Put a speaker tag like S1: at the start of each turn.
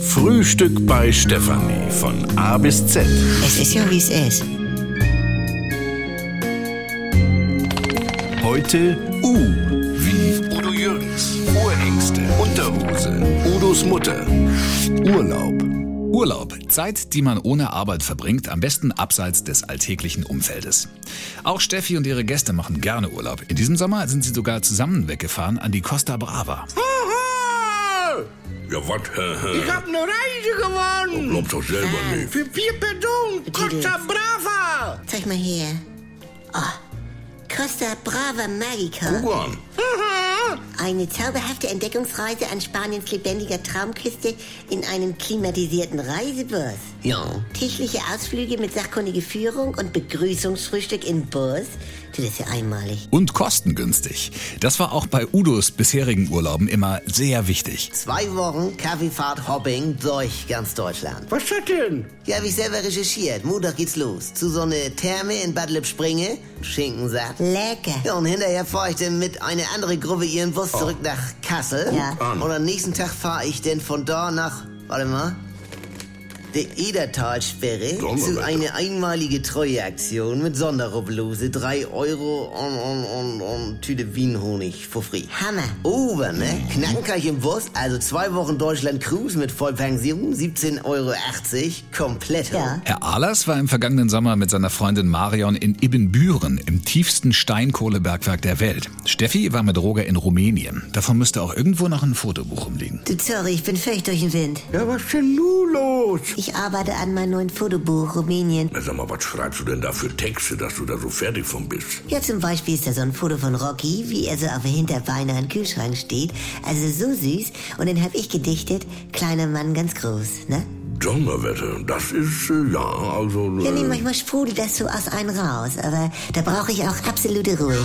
S1: Frühstück bei Stefanie von A bis Z.
S2: Es ist ja, wie es ist.
S1: Heute U wie Udo Jürgens, Urängste, Unterhose, Udos Mutter, Urlaub.
S3: Urlaub. Zeit, die man ohne Arbeit verbringt, am besten abseits des alltäglichen Umfeldes. Auch Steffi und ihre Gäste machen gerne Urlaub. In diesem Sommer sind sie sogar zusammen weggefahren an die Costa Brava.
S1: Ja, was?
S4: Ich hab ne Reise gewonnen. Äh,
S1: Glaub doch selber nicht.
S4: Für vier Personen. Costa Brava.
S2: Zeig mal her. Oh. Costa Brava Magica.
S1: Guck an.
S2: Eine zauberhafte Entdeckungsreise an Spaniens lebendiger Traumküste in einem klimatisierten Reisebus.
S4: Ja.
S2: Tischliche Ausflüge mit sachkundige Führung und Begrüßungsfrühstück im Bus. Du, das ist ja einmalig.
S3: Und kostengünstig. Das war auch bei Udos bisherigen Urlauben immer sehr wichtig.
S5: Zwei Wochen Kaffeefahrt Hopping durch ganz Deutschland.
S4: Was ist das denn?
S5: Ja, hab ich selber recherchiert. Montag geht's los. Zu so eine Therme in Bad Lippspringe, Schinkensack.
S2: Lecker.
S5: Ja, und hinterher fahr ich dann mit einer anderen Gruppe ihren Bus zurück nach Kassel.
S2: Ja.
S5: Und am nächsten Tag fahre ich dann von da nach, warte mal, der Edertalsperre
S1: Donnerwetter.
S5: zu einer einmalige Treueaktion mit Sonderrubbellose, 3 Euro und, und, und, und Tüte Wienhonig for free.
S2: Hammer.
S5: Ober, ne? Knacken kann ich im Bus, also zwei Wochen Deutschland Cruise mit Vollpension, 17,80 Euro, komplett.
S2: Ja.
S3: Herr Ahlers war im vergangenen Sommer mit seiner Freundin Marion in Ibbenbüren, im tiefsten Steinkohlebergwerk der Welt. Steffi war mit Roger in Rumänien. Davon müsste auch irgendwo noch ein Fotobuch umliegen.
S2: Du, sorry, ich bin völlig durch den Wind.
S4: Ja, was ist denn nun los?
S2: Ich arbeite an meinem neuen Fotobuch Rumänien.
S1: Na, sag mal, was schreibst du denn da für Texte, dass du da so fertig von bist?
S2: Ja, zum Beispiel ist da so ein Foto von Rocky, wie er so auf der Hinterbeine an den Kühlschrank steht. Also so süß. Und dann hab ich gedichtet, kleiner Mann ganz groß, ne?
S1: Donnerwetter, das ist, äh, ja, also...
S2: Ja, nee,
S1: Äh,
S2: manchmal sprudelt das so aus einem raus. Aber da brauche ich auch absolute Ruhe.